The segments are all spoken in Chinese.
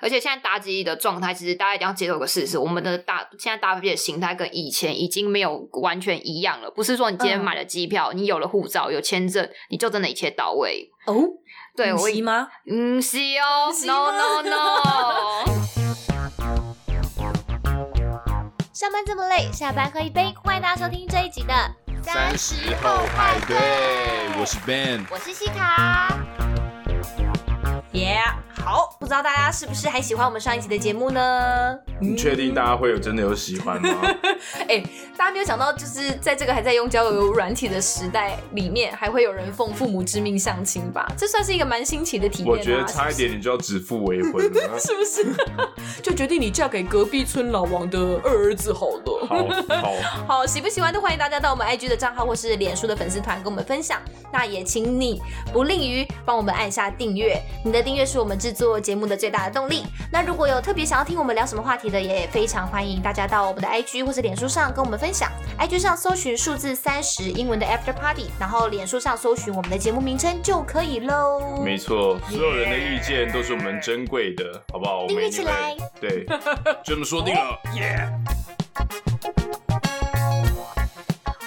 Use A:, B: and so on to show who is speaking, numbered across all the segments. A: 而且现在打击的状态，其实大家一定要接受个事实，我们的打现在打击的形态跟以前已经没有完全一样了。不是说你今天
B: 嗯
A: 买了机票，你有了护照、有签证，你就真的一切到位。
B: 哦，
A: 对
B: 五
A: 我
B: 席吗？
A: 嗯，是哦
B: 是
A: ，no
B: 吗
A: no no，
C: 上班这么累，下班喝一杯，欢迎大家收听这一集的
D: 三十后派对，我是 Ben。
C: 我是西卡，
B: 耶、好，不知道大家是不是还喜欢我们上一期的节目呢？嗯
D: 你嗯确定大家会有真的有喜欢吗？
B: 哎、大家没有想到，就是在这个还在用交友软体的时代里面，还会有人奉父母之命相亲吧？这算是一个蛮新奇的体验、啊。
D: 我觉得差一点你就要指腹为婚
B: 。
D: 了
B: 是不是，是不是？ 就决定你嫁给隔壁村老王的二儿子好了。
D: 好好，
B: 好，喜不喜欢都欢迎大家到我们 IG 的账号或是脸书的粉丝团跟我们分享。那也请你不吝于帮我们按下订阅，你的订阅是我们制作节目的最大的动力。那如果有特别想要听我们聊什么话题的，也非常欢迎大家到我们的 IG 或是脸书上跟我们分享。IG 上搜寻数字三十英文的 After Party，然后脸书上搜寻我们的节目名称就可以喽。
D: 没错，所有人的意见都是我们珍贵的，好不好？我
C: 订
D: 们
C: 阅
D: 一定
C: 起
D: 会
C: 来。
D: 对，这么说定了。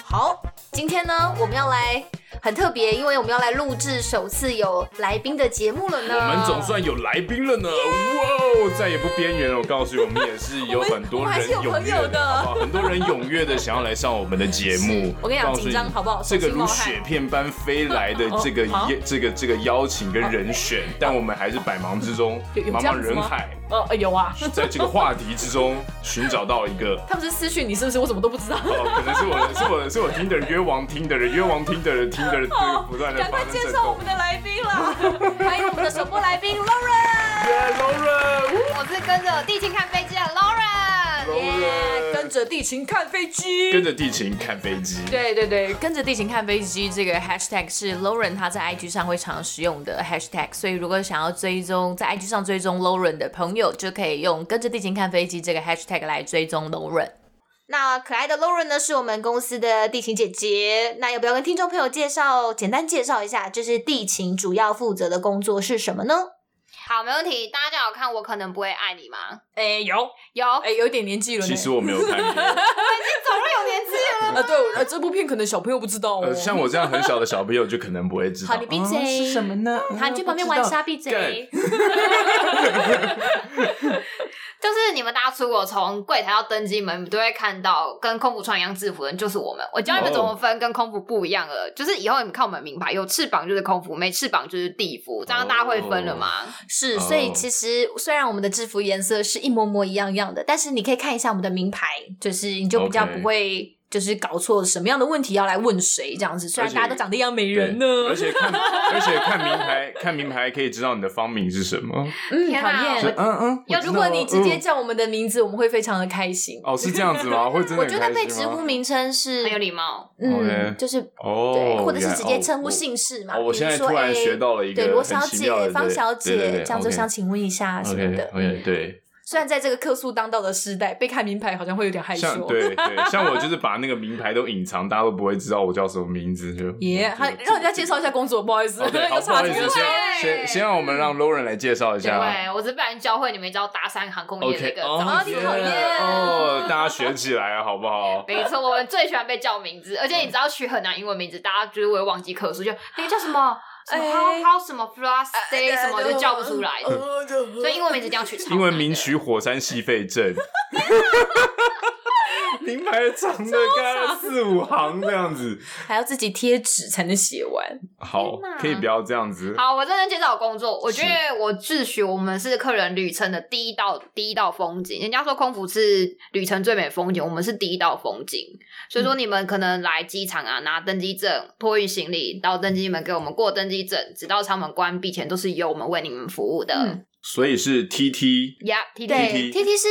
B: 好，今天呢，我们要来很特别，因为我们要来录制首次有来宾的节目了呢。
D: 我们总算有来宾了呢！哇，哦，再也不边缘了。我告诉你，我们也是有很
B: 我
D: 多
B: 们还
D: 人
B: 是有
D: 踊
B: 朋
D: 跃
B: 友的
D: 好不好很多人踊跃的想要来上我们的节目
B: 是。我跟你讲
D: 告诉
B: 紧张好不好
D: 这个
B: 手心
D: 如
B: 冒汗
D: 雪片般飞来的这个
B: 好
D: 邀这个这个邀请跟人选，但我们还是百忙之中
B: 有，有
D: 茫
B: 这样
D: 茫
B: 子
D: 人
B: 吗
D: 海，
B: 呃，有啊，
D: 在这个话题之中寻找到一个。
B: 他们是私讯你是不是？我怎么都不知道。
D: 哦，可能是我的，是我的，是我听的人约王听的人约王听的人听的人，这个不断的
B: 赶
D: 发
B: 快
D: 生
B: 介
D: 震
B: 绍我
D: 动
B: 们。的来宾啦！ 欢迎我们的首播来宾 Lauren，
D: 耶，柔软，
A: 我是跟着地勤看飞机的 Lauren。
D: 柔
B: 耶！
D: 软
B: 跟，着地勤看飞机，
D: 跟着地勤看飞机。
B: 对对对，跟着地勤看飞机这个 hashtag 是 Lauren 他在 IG 上会常使用的 hashtag，所以如果想要追踪在 IG 上追踪 Lauren 的朋友，就可以用跟着地勤看飞机这个 hashtag 来追踪 Lauren。那可爱的 Lauren 呢，是我们公司的地勤姐姐。那要不要跟听众朋友介绍，简单介绍一下，就是地勤主要负责的工作是什么呢？
A: 好，没问题。大家有看《我可能不会爱你》吗？
B: 哎、有，
A: 有，
B: 哎、有点年纪了
D: 其实我没有看过，
A: 总会有年纪了。
B: 啊，对，呃，这部片可能小朋友不知道哦
D: 呃，像我这样很小的小朋友就可能不会知道。
B: 好，你闭嘴、
D: 啊是什么呢？
B: 好，你去旁边玩沙，闭嘴。
A: 就是你们大家出国从柜台到登机门，你们都会看到跟空服穿一样制服的人就是我们。我教你们怎么分跟空服不一样了就是以后你们看我们名牌，有翅膀就是空服，没翅膀就是地服，这样大家会分了吗？
B: 是，
D: 哦
B: 所以其实虽然我们的制服颜色是一模模一样样的，但是你可以看一下我们的名牌，就是你就比较
D: OK
B: 不会就是搞错什么样的问题要来问谁这样子。虽然
D: 而且
B: 大家都长得一样美
D: 对
B: 人呢，
D: 而且看，而且看名牌，看名牌可以知道你的芳名是什么。
B: 嗯，
A: 天
B: 讨
A: 哪
D: 就
B: 厌。
D: 嗯嗯，
B: 要
D: 我知
B: 如
D: 道
B: 果
D: 啊
B: 你直接
D: 嗯
B: 叫我们的名字，我们会非常的开心。
D: 哦，是这样 子吗？会真的
B: 我
D: 很
B: 觉得
D: 开
B: 被
D: 心
B: 直
D: 吗
B: 呼名称是
A: 很有礼貌。
B: 嗯，
D: OK
B: 就是
D: 哦，
B: 对，或者是
D: 原来
B: 直接称呼。
D: 哦
B: 姓氏嘛。
D: 哦，我
B: 比如
D: 现在
B: 说
D: 突然
B: 哎
D: 学到了一个
B: 对罗
D: 很
B: 小
D: 奇妙
B: 姐、
D: 的
B: 方小姐，这样子想
D: 起
B: 请问一下什么
D: OK
B: 的。
D: OK 对，
B: 虽然在这个客诉当道的时代，被看名牌好像会有点害羞。
D: 像对对，像我就是把那个名牌都隐藏，大家都不会知道我叫什么名字，就
B: 耶，
D: 嗯
B: 还
D: 对
B: 让人家介绍一下工作，不好意思，
D: 哦 对好
B: 又
D: 不好
B: 岔
D: 意
B: 题
D: 思，
B: 了。
D: 先
A: 对
D: 先先让我们让 Lauren 来介绍一下。
A: 对，我是不然教会你们一招搭讪航空业的一
D: OK，
A: 个招
B: 哦
A: 式。
B: 你讨厌
D: 哦，大家学起来啊好不好？
A: 没错，我们最喜欢被叫名字，而且你只要取很难英文名字，大家就是会忘记可数，就那个叫什么什么 how
B: 哎
A: how 什么 floss day 什么就叫不出来，
D: 哦
A: 所以英文名字一定要取超难的
D: 英文名取火山细费症。 名牌长的大概四五行这样子，
B: 还要自己贴纸才能写完。
D: 好
A: 天哪，
D: 可以不要这样 子。
A: 好，我认真介绍我工作。我觉
D: 是
A: 得我自诩我们是客人旅程的第一道第一道风景。人家说空服是旅程最美的风景，我们是第一道风景。所以说
D: 嗯
A: 你们可能来机场啊，拿登机证、托运行李到登机门，给我们过登机证，直到舱门关闭前，都是由我们为你们服务的。
B: 嗯
D: 所以是 T T
A: 呀、嗯，
B: 对
D: TT
B: 哎，T T 是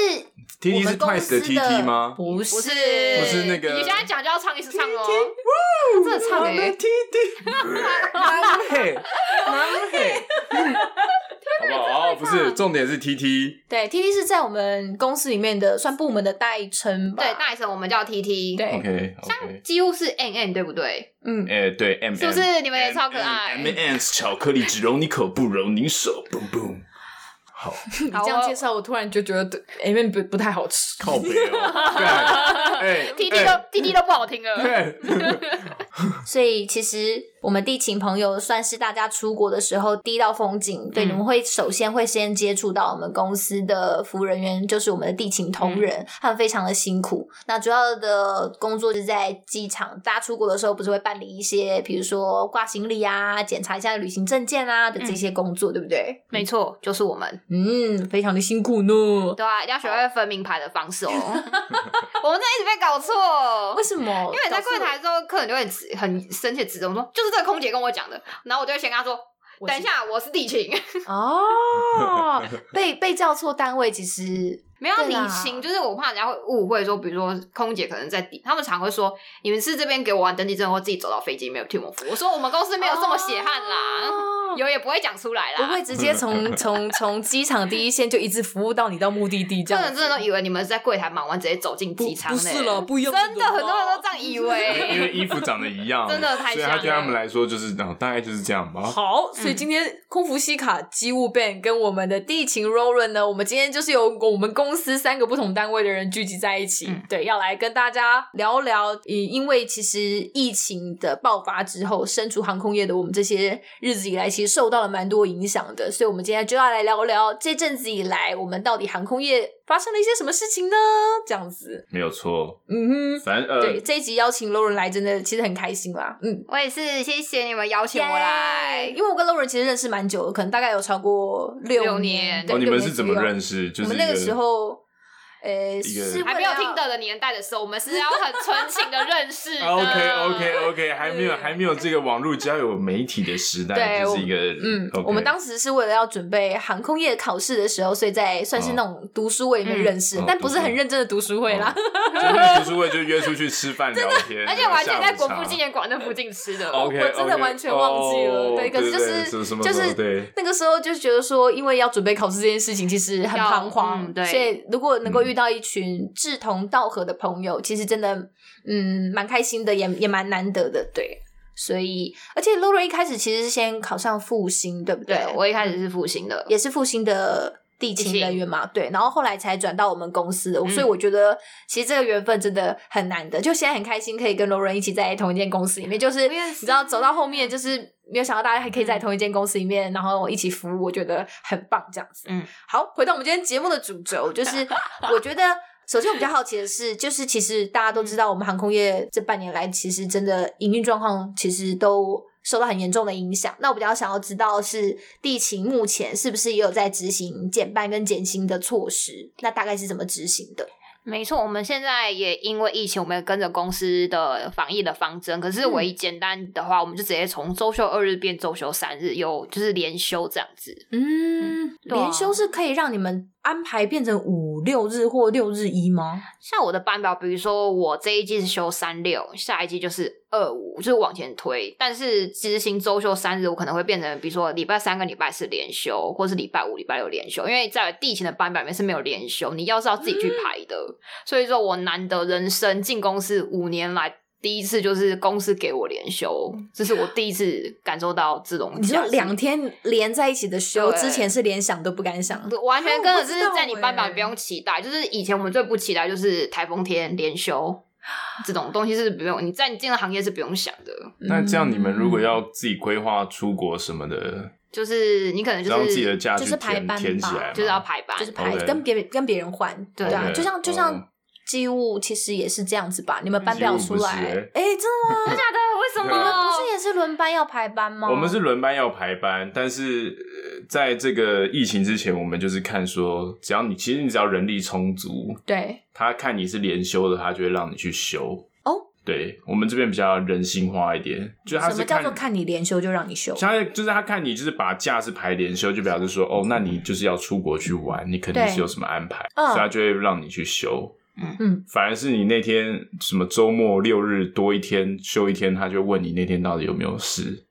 D: T
B: 我
D: T
B: 们
D: 是
B: 公
D: Twice
B: 司
D: 的 T T 吗？
B: 不
A: 不
B: 是，
A: 是
D: 不是那个
A: 你现在讲就要唱一次唱哦，真的唱哎、
D: T T，南嘿，南嘿，好不好？哦，不是，重点是 T T，
B: 对，T T 是在我们公司里面的算部门的代称吧。
A: 对，大神我们叫 TT，，
B: 对，
D: OK OK，
A: 几乎是 NN 对不对？
B: 嗯，
D: 哎，对，M，
A: 是不是你们也超可爱
D: M N S 巧克力只容你口不容你手，boom boom。好，
B: 你
A: 哦
B: 这样介绍，我突然就觉得对 A 面不不太好吃。
D: 靠北哦， 干哎
A: T T 都 T T 都不好听了。
D: 哎干
E: 所以其实我们地勤朋友算是大家出国的时候第一道风景，对，
A: 嗯
E: 你们会首先会先接触到我们公司的服务人员，就是我们的地勤同仁，他们非常的辛苦。那主要的工作就是在机场，大家出国的时候不是会办理一些，比如说挂行李啊、检查一下旅行证件啊的
A: 嗯
E: 这些工作，对不对？
A: 没错，就是我们。
E: 嗯，非常的辛苦呢。
A: 对啊，一定要学会分名牌的方式哦。我们这一直被搞错
E: 为。什么？
A: 因为你在柜台之后，客人就会指很生气地指着我说：“就是这个空姐跟我讲的。”然后我就会先跟他说：“
E: 我是
A: 等一下，我是地勤。
E: 哦，被被叫错单位，其实”
A: 没有
E: 对
A: 地
E: 啦
A: 勤，就是我怕人家会误会说，比如说空姐可能在底，他们常会说：“你们是这边给我完登记证后自己走到飞机，没有替我们服务。”我说：“我们公司没有这么血汗啦，
E: 哦
A: 有也不会讲出来
B: 不
A: 啦。”
B: 会直接 从从从机场第一线就一直服务到你到目的地这
A: 客
B: 样
A: 人
B: 子。
A: 真的都以为你们是在柜台忙完直接走进机舱
B: 不
A: 呢，
B: 不是了不一样
A: 真的
B: 的
A: 很多人都这样以
D: 因为
A: 为。
D: 衣服长得一样，
A: 真的太像
D: 所以他对他
A: 了
D: 们来说就是，哦大概就是这样吧。
B: 好，所以今天空服西卡机务 ban 跟我们的地勤 Roland 呢，我们今天就是由我们公司三个不同单位的人聚集在一起，
A: 嗯
B: 对，要来跟大家聊聊，因因为其实疫情的爆发之后，身处航空业的我们这些日子以来，其实受到了蛮多影响的，所以我们今天就要来聊聊这阵子以来，我们到底航空业发生了一些什么事情呢？这样子，
D: 没有错，
B: 嗯哼。
D: 反正呃，
B: 对这一集邀请 Lauren 来，真的其实很开心啦。嗯，
A: 我也是，谢谢你们邀请
B: 请
A: 我
B: 我来，
A: 来
B: 因。为我跟 Lauren 其实认识蛮久了，可能大概有超过
A: 六
B: 六
A: 年
B: 对
D: 哦，你们是
B: 六
D: 怎
B: 年
D: 么
B: 左右
D: 认识？就
B: 我
D: 是
B: 们那
D: 一
B: 个时候，呃，
D: 一个
B: 是
A: 还
B: 为
A: 没有
B: 了
A: 听到的年代的时候，我们是要很纯情的认识 的。
D: OK OK OK，还没有还没有这个网络交友媒体的时代，
B: 对
D: 这是一个
B: 嗯
D: OK
B: 我们当时是为了要准备航空业考试的时候，所以在算是那种读书会里面认识，
D: 嗯
B: 但不是很认真的读书会
D: 哦
B: 啦。
D: 就是那个读书会就约出去 吃饭聊天，
A: 而且我还记得在国
D: 下午
A: 父
D: 茶
A: 纪念馆那附近吃的。
D: OK，
B: 哦我真的完全忘记了哦对可是就是就是
D: 对。
B: 那个时候就觉得说，因为要准备考试这件事情，其实很
A: 要
B: 彷徨，
A: 嗯对
B: 所以如果能够遇到一群志同道合的朋友，其实真的，嗯，蛮开心的，也也蛮难得的，对。所以，而且 Lauren 一开始其实是先考上复兴，对不
A: 对，我一开始是复兴的，
B: 也是复兴的地勤人员嘛，对，然后后来才转到我们公司的，
A: 嗯
B: 所以我觉得其实这个缘分真的很难得。就现在很开心可以跟罗仁一起在同一间公司里面，就是
A: 我也是嗯
B: 你知道走到后面就是。没有想到大家还可以在同一间公司里面，然后一起服务，我觉得很棒，这样子。
A: 嗯，
B: 好，回到我们今天节目的主轴，就是 我觉得，首先我比较好奇的是，就是其实大家都知道，
D: 嗯
B: 我们航空业这半年来，其实真的营运状况其实都受到很严重的影响。那我比较想要知道是地勤目前是不是也有在执行减半跟减薪的措施？那大概是怎么执行的？
A: 没错。我们现在也因为疫情，我们也跟着公司的防疫的方针。可是
B: 嗯
A: 唯一简单的话，我们就直接从周休二日变周休三日，有就是连休这样子。
B: 嗯，
A: 对啊
B: 连休是可以让你们安排变成五六日或六日一吗？
A: 像我的班表，比如说我这一季是休三六，下一季就是二五，就是往前推。但是执行周休三日，我可能会变成，比如说礼拜三跟礼拜四连休，或是礼拜五、礼拜六连休，因为在地勤的班表里面是没有连休，你要是要自己
B: 嗯
A: 去排的。所以说我难得人生进公司五年来。第一次就是公司给我连休，这是我第一次感受到这种
B: 你
A: 假
B: 说
A: 期
B: 两天连在一起的休，
A: 对
B: 之前是连想都不敢想。
A: 完全根本就
B: 啊我
A: 是
B: 不知道
A: 在你班表
B: 欸
A: 不用期待，就是以前我们最不期待就是台风天连 休这种东西是不用，你在你进了行业是不用想的，
B: 嗯
D: 那这样你们如果要自己规划出国什么的，
A: 就是你可能就
D: 让自己
A: 是
D: 的假
B: 就
D: 去
B: 是排
D: 填
B: 班
D: 填起
B: 吧
D: 来嘛，
A: 就是要排班，
B: 就是排
D: OK
B: 跟别人跟别人换，
A: 对
B: 啊，
D: OK，
B: 就像就
D: 嗯
B: 像机务其实也是这样子吧，你们班
D: 机务
B: 表
D: 不
B: 出
D: 是
B: 来，
D: 欸
B: 哎，真的吗？
A: 假的？为什
D: 对啊
A: 么
B: 不？是也是轮班要排班吗？
D: 我们是轮班要排班，但是呃在这个疫情之前，我们就是看说，只要你其实你只要人力充足，
B: 对
D: 他看你是连休的，他就会让你去休。
B: 哦，
D: 对我们这边比较人性化一点，就是他
B: 什
D: 是
B: 么叫做看你连休就让你休？
D: 他就是他看你就是把假是排连休，就表示说哦，那你就是要出国去玩，你肯定
B: 对
D: 是有什么安排，
B: 嗯
D: 所以他就会让你去休。
A: 嗯
B: 嗯，
D: 反而是你那天什么周末六日多一天休一天，他就问你那天到底有没有事。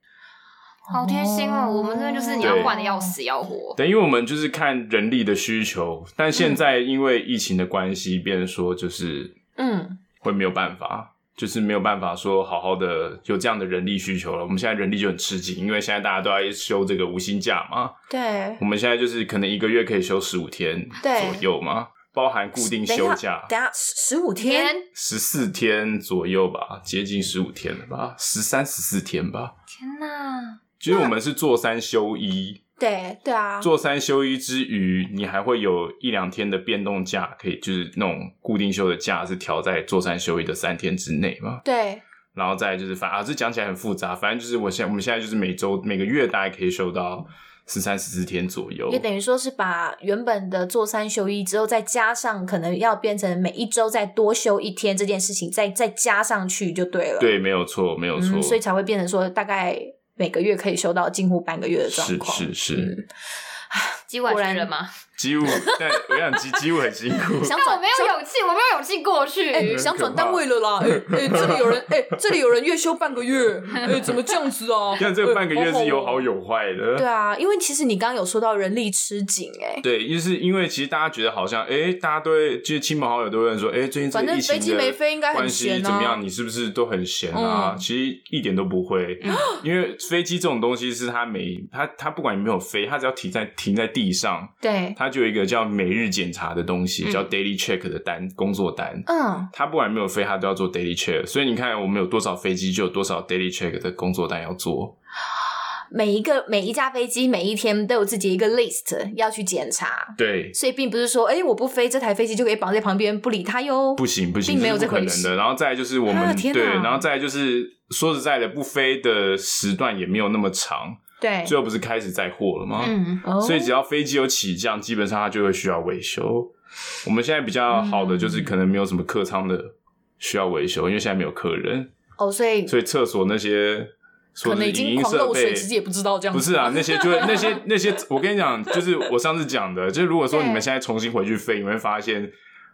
A: 好贴心哦！我们这边就是你要
D: 对
A: 换的要死要活，
D: 对，因为我们就是看人力的需求，
B: 嗯
D: 但现在因为疫情的关系，变成说就是
B: 嗯，
D: 会没有办法，就是没有办法说好好的有这样的人力需求了。我们现在人力就很吃紧，因为现在大家都在休这个无薪假嘛。
B: 对
D: 我们现在就是可能一个月可以休十五天
B: 对
D: 左右嘛，包含固定
B: 等一
D: 休
B: 下
D: 假
B: 等一下十五天，
A: 天
D: 十四天左右吧，接近十五天了吧，十三十四天吧。
A: 天哪，
D: 其实我们是做三休一，
B: 对对啊，
D: 做三休一之余，你还会有一两天的变动假，可以就是那种固定休的假是调在做三休一的三天之内嘛。
B: 对
D: 然后再就是反啊，这讲起来很复杂，反正就是我现我们现在就是每周每个月大概可以休到十三十四天左右
B: 也，等于说是把原本的做三休一之后，再加上可能要变成每一周再多休一天这件事情，再再加上去就对了。
D: 对，没有错，没有错，
B: 嗯，所以才会变成说大概每个月可以休到近乎半个月的状
D: 是
B: 况。嗯
D: 是是，
A: 鸡晚
B: 果然
A: 去了吗？
D: 几乎， 但我想几几乎很辛苦，
B: 想
A: 但
B: 转
A: 我没有勇气，我没有勇气过去。
B: 哎、
D: 很
B: 想转
D: 可怕
B: 单位了啦！哎、哎、这里有人哎、这里有人月休半个 月，哎、怎么这样子啊？
D: 像这个半个月是有
B: 哎
D: 好。有坏的，
B: 对啊，因为其实你刚刚有说到人力吃紧、哎，
D: 对，就是因为其实大家觉得好像，哎、大家都会，就是亲朋好友都会问说，哎、最近这
B: 反
D: 个
B: 正
D: 疫情
B: 飞机
D: 的
B: 没飞应该很
D: 关系
B: 闲
D: 怎么
B: 啊
D: 样？你是不是都很闲啊？
B: 嗯
D: 其实一点都不会，因为飞机这种东西是它每它它不管有没有飞，它只要停在停在地上，
B: 对，
D: 它就有一个叫每日检查的东西，
A: 嗯
D: 叫 daily check 的单工作单。
B: 嗯，
D: 它不管有没有飞，它都要做 daily check，所以你看我们有多少飞机，就有多少 daily check 的工作单要做。
B: 每一个每一架飞机每一天都有自己一个 list 要去检查，
D: 对，
B: 所以并不是说，哎、我不飞这台飞机就可以绑在旁边不理它哟。
D: 不行不行，
B: 并没有这
D: 这是不可
B: 回
D: 能
B: 事
D: 的。然后再来就是我们、
B: 啊天哪
D: 对，然后再来就是说实在的，不飞的时段也没有那么长，
B: 对，
D: 最后不是开始载货了吗？
A: 嗯，
B: 哦
D: 所以只要飞机有起降，基本上它就会需要维修。我们现在比较好的
B: 嗯
D: 就是可能没有什么客舱的需要维修，因为现在没有客人，
B: 哦，所以
D: 所以厕所那些
B: 可
D: 说
B: 能
D: 是
B: 已
D: 影
B: 经
D: 音
B: 狂
D: 设
B: 漏
D: 备
B: 水，其实也不知道这样
D: 不
B: 子。
D: 是啊，那些就会那些 那些，我跟你讲，就是我上次讲的，就是如果说你们现在重新回去飞，你会发现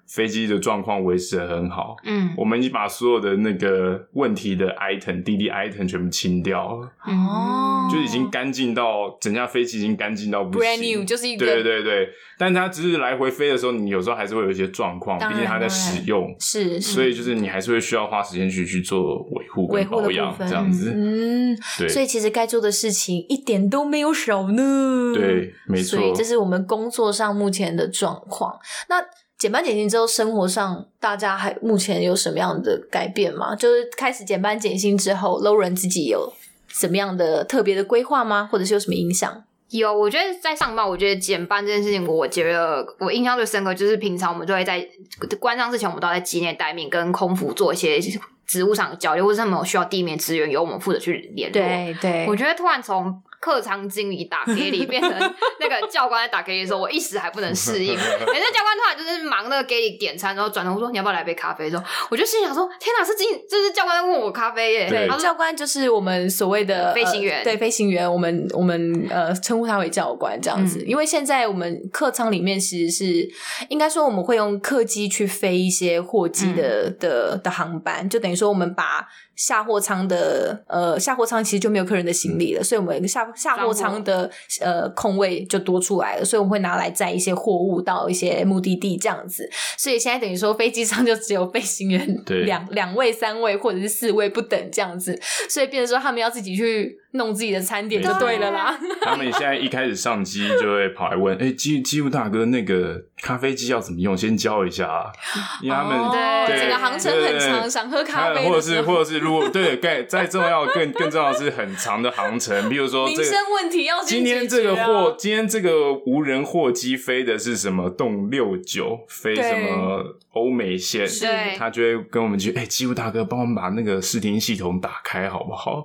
D: 飞机的状况维持的很好。
A: 嗯
D: 我们已经把所有的那个问题的 item、滴滴 item 全部清掉了，
A: 嗯
B: 哦
D: 就已经干净到整架飞机已经干净到不行。
B: brand new 就是一个
D: 对对对，但它只是来回飞的时候，你有时候还是会有一些状况，
B: 当
D: 毕
B: 然
D: 竟它在使用，
B: 是嗯
D: 所以就是你还是会需要花时间去去做维护
B: 维
D: 跟
B: 护的
D: 保养
B: 部分
D: 这样子。
B: 嗯，
D: 对
B: 所以其实该做的事情一点都没有少呢。
D: 对，没
B: 嗯所以
D: 错
B: 这。是我们工作上目前的状况。那减班减薪之后，生活上大家还目前有什么样的改变吗？就是开始减班减薪之后，low 人自己有什么样的特别的规划吗？或者是有什么影响？
A: 有，我觉得在上班，我觉得减班这件事情，我觉得我印象最深刻就是平常我们都会在关上之前，我们都要在机内待命，跟空服做一些职务上的交流，或者他们有需要地面资源，由我们负责去联络。
B: 对
A: 我觉得突然从客舱经理打给你 变成那个教官在打给你的时候，我一时还不能适应。每次教官突然就是忙那个给你点餐，然后转头说你要不要来杯咖啡的时候，我就心想说天哪，是经这是教官在问我咖啡耶、
D: 对
A: 他说
B: 教官就是我们所谓的
A: 飞行员
B: 呃对飞行员，我们我们呃称呼他为教官这样子，
A: 嗯
B: 因为现在我们客舱里面其实是应该说我们会用客机去飞一些货机的、
A: 嗯
B: 的的航班，就等于说我们把下货舱的呃下货舱其实就没有客人的行李了，所以我们下下货
A: 上货
B: 舱的呃空位就多出来了，所以我们会拿来载一些货物到一些目的地这样子，所以现在等于说飞机上就只有飞行员
D: 对
B: 两两位、三位或者是四位不等这样子，所以变成说他们要自己去弄自己的餐点就对了啦。
D: 他们现在一开始上机就会跑来问，哎、机机务大哥，那个咖啡机要怎么用？先教一下啊，因为他们、
B: 哦
A: 对
B: 整个航程很
D: 对对
B: 长，
D: 对
B: 想喝咖
D: 还有
B: 啡
D: 或者
B: 的时
D: 是
B: 候，
D: 或者是如果对更再重要更更重要的是很长的航程，比如说这
B: 民
D: 个
B: 生问题要先
D: 今天这
B: 解
D: 个
B: 决啊
D: 货，今天这个无人货机飞的是什么动六九，飞
B: 对
D: 什么欧美线，
A: 对
D: 他就会跟我们去，哎、机务大哥，帮我们把那个视听系统打开好不好？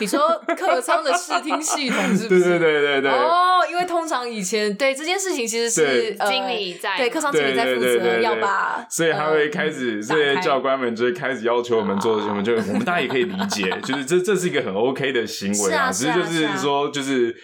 B: 你说客舱的视听系统是不
D: 对
B: 是？
D: 对对对对。
B: 哦，因为通常以前对这件事情其实是
D: 对
B: 呃
A: 经理在
B: 对客舱经理在负
D: 对对对对
B: 责
D: 对
B: 要把，
D: 所以他会开
B: 嗯
D: 始，
B: 打
D: 这
B: 开
D: 些教官们就会开始要求我们
E: 啊
D: 做什么，就我们大家也可以理解，就是这这是一个很 OK 的行为啊，
B: 是
D: 只
B: 啊
D: 是就是
B: 啊是啊
D: 是说就是，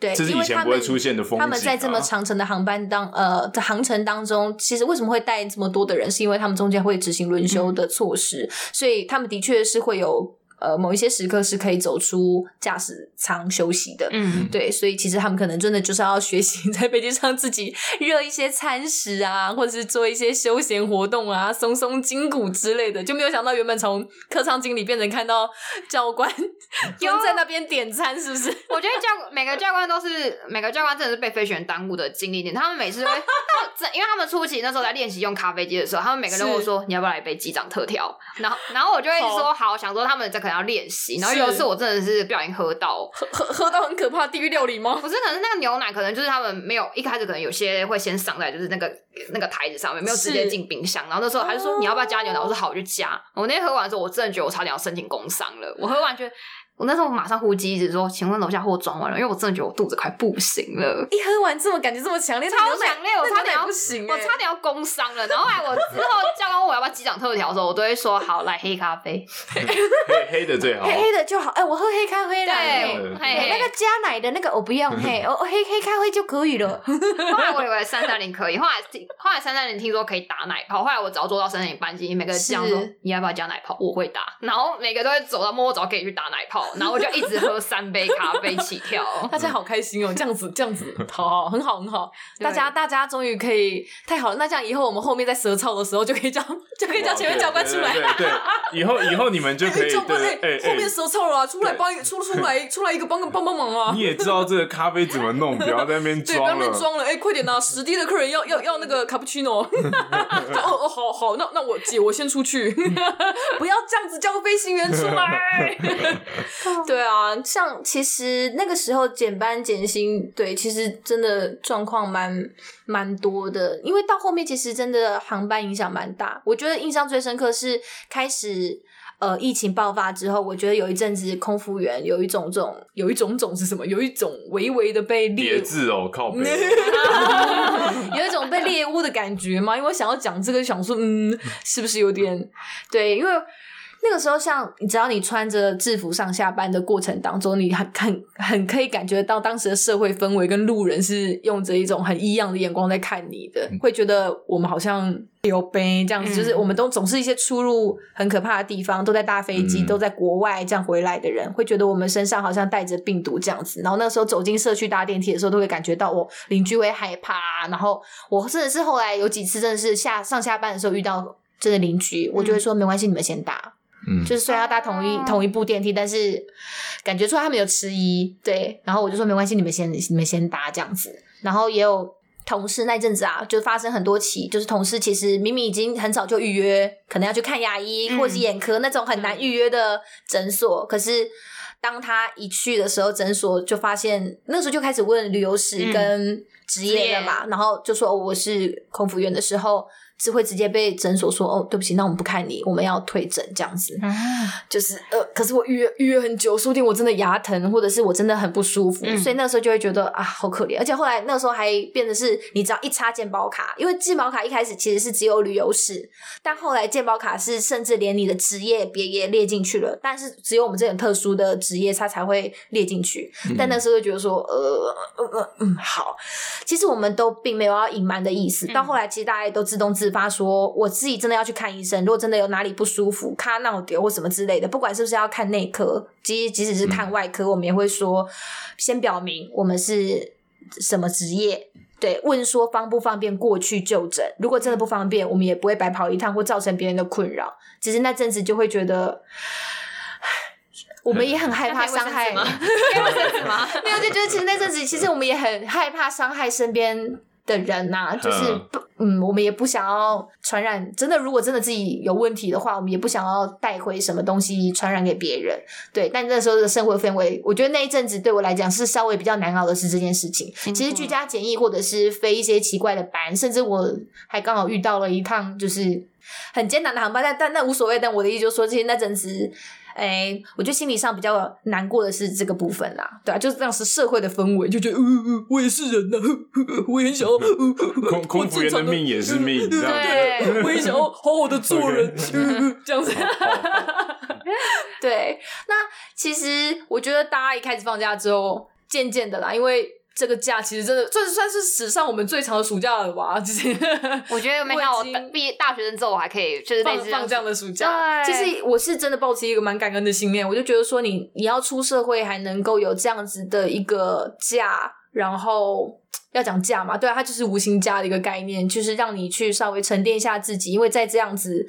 B: 对，
D: 这是
B: 因
D: 以
B: 为
D: 前
B: 他
D: 不会
B: 们
D: 出现的风景、啊。
B: 他们在这么长程的航班当呃的航程当中，其实为什么会嗯带这么多的人，是因为他们中间会执行轮休的措施，所以他们的确是会有
E: 呃某一些时刻是可以走出驾驶舱休息的。
A: 嗯，
E: 对，所以其实他们可能真的就是要学习在飞机上自己热一些餐食啊，或者是做一些休闲活动啊，松松筋骨之类的。就没有想到原本从客舱经理变成看到教 官 蹲
B: 哦
E: 在那边点餐，是不是？
A: 我觉得教每个教官都是每个教官真的是被飞行员耽误的经历点，他们每次都会，他们真因为他们初期那时候在练习用咖啡机的时候，他们每个人都跟我说你要不要来一杯机长特调，然后然后我就会说好，想说他们这可能要练习，然后
E: 是
A: 有一次我真的是不小心喝到，
E: 喝喝喝到很可怕，地狱料理 吗？
A: 不是，可能是那个牛奶，可能就是他们没有一开始，可能有些会先上在就是那个那个台子上面，没有直接
E: 是
A: 进冰箱。然后那时候他就说、你要不要加牛奶，我说好，我就加。我那天喝完之后，我真的觉得我差点要申请工伤了。我喝完觉得，我那时候马上呼机一直说，请问楼下货装完了？因为我真的觉得我肚子快不行了。
E: 一喝完这么感觉这么强烈，
A: 超
E: 那牛奶
A: 强烈我差
E: 那牛奶
A: 点要
E: 不行、欸，
A: 我差点要工伤了，然后后来我之后教官问我要不要机长特调的时候，我都会说好来黑咖啡，
D: 黑 黑的最好
E: 黑。 黑的就好。哎、我喝黑咖啡奶
A: 对
E: 耶。，
D: 嘿
A: 嘿
E: 对
A: 嘿
E: 那个加奶的那个我不用嘿，哦黑黑咖啡就可以 了。
A: 后来我以为三三零可以，后来听后来三三零听说可以打奶泡，后来我只要做到三三零班级，每个人讲说
E: 是
A: 你要不要加奶泡，我会打，然后每个都会走到摸我找可以去打奶泡，然后我就一直喝三杯咖啡起 跳。
E: 大家好开心哦，这样子这样子，好好很好很好。
A: 对
E: 大家大家终于可以太好了，那这样以后我们后面在舌操的时候就可以叫就可以叫前面教官出来
D: 对。对对对，以后以后你们 就可以
E: 教官
D: 对，哎
E: 后面
D: 哎。
E: 舌操了啊，出来帮一出出来出来一个帮个帮帮忙啊
D: 你！也知道这个咖啡怎么弄，不要在那 边
E: 对，不要
D: 装
E: 那边
D: 了。
E: 装了，哎，快点呐！十滴的客人要要要那个卡布奇诺。 就哦哦，好好，那那我姐我先出去， 不要这样子叫飞行员出来。 对啊，
B: 像其实那个时候减班减薪，对，其实真的状况蛮蛮多的，因为到后面其实真的航班影响蛮大。我觉得印象最深刻是开始呃疫情爆发之后，我觉得有一阵子空服员有一种这种
E: 有一种种是什么？有一种微微的被
D: 叠
E: 列
D: 字哦，靠 背。
E: 有一种被猎污的感觉吗？因为我想要讲这个，想说，嗯，是不是有点对？因为
B: 那个时候，像你只要你穿着制服上下班的过程当中，你很很很可以感觉到当时的社会氛围跟路人是用着一种很异样的眼光在看你的，
E: 嗯
B: 会觉得我们好像有呗这样子，
A: 嗯
B: 就是我们都总是一些出入很可怕的地方，都在搭飞机，
D: 嗯
B: 都在国外这样回来的人，会觉得我们身上好像带着病毒这样子。然后那时候走进社区搭电梯的时候，都会感觉到我邻居会害怕啊，然后我甚至是后来有几次真的是下上下班的时候遇到。真的邻居，我就会说没关系，你们先搭，
D: 嗯，
B: 就是虽然要搭同一、
A: 哦
B: 同一部电梯，但是感觉出来他们有迟疑，对。然后我就说没关系，你们先你们先搭这样子。然后也有同事那阵子啊，就发生很多起，就是同事其实明明已经很早就预约，可能要去看牙医
A: 嗯
B: 或是眼科那种很难预约的诊所，可是。当他一去的时候，诊所就发现那时候就开始问旅游史
A: 嗯
B: 跟职业了嘛，然后就说、哦我是空服员的时候，是会直接被诊所说哦，对不起，那我们不看你，我们要退诊这样子。
E: 就是呃，可是我预约预约很久，说不定我真的牙疼，或者是我真的很不舒服。
A: 嗯
B: 所以那时候就会觉得啊，好可怜。而且后来那时候还变得是，你只要一插健保卡，因为健保卡一开始其实是只有旅游史，但后来健保卡是甚至连你的职业别也列进去了，但是只有我们这种特殊的职业它才会列进去。
D: 嗯
B: 但那时候就觉得说，呃，嗯嗯嗯，好，其实我们都并没有要隐瞒的意思。
A: 嗯
B: 到后来，其实大家也都自动自发说，我自己真的要去看医生，如果真的有哪里不舒服、卡闹丢或什么之类的，不管是不是要看内科，即即使是看外科，我们也会说，先表明我们是什么职业。对，问说方不方便过去就诊？如果真的不方便，我们也不会白跑一趟或造成别人的困扰。只是那阵子就会觉得， 我们也很害怕伤害，
A: 要贴卫生纸 吗？
B: 没有，就觉得其实那阵子，其实我们也很害怕伤害身边的人呐、就是
D: 嗯
B: 不，嗯，我们也不想要传染。真的，如果真的自己有问题的话，我们也不想要带回什么东西传染给别人。对，但那时候的生活氛围，我觉得那一阵子对我来讲是稍微比较难熬的是这件事情。
A: 辛苦
B: 其实居家检疫或者是飞一些奇怪的班，甚至我还刚好遇到了一趟就是很艰难的航班，但但那无所谓。但我的意思就是说，其实那阵子。哎、我觉得心理上比较难过的是这个部分啦，对啊，就是当时社会的氛围，就觉得，呃，呃我也是人呐、 呃呃我也很想要，呃呃
D: 嗯 空空服员的命也是 命，这样
A: 对，
E: 我也想要好好的做 人
D: OK
E: 嗯 嗯这样子。
B: 对，那其实我觉得大家一开始放假之后，渐渐的啦，因为
E: 这个假其实真的这算是史上我们最长的暑假了吧？就是
A: 我觉得没想到
E: 我
A: 我
E: 已经
A: 毕业大学生之后，我还可以就是类
E: 放
A: 似
E: 放这样的暑
B: 啊
E: 假，其
A: 对
E: 实我是真的抱持一个蛮感恩的心念，我就觉得说你你要出社会还能够有这样子的一个假，然后要讲假嘛，对啊，它就是无薪假的一个概念，就是让你去稍微沉淀一下自己，因为在这样子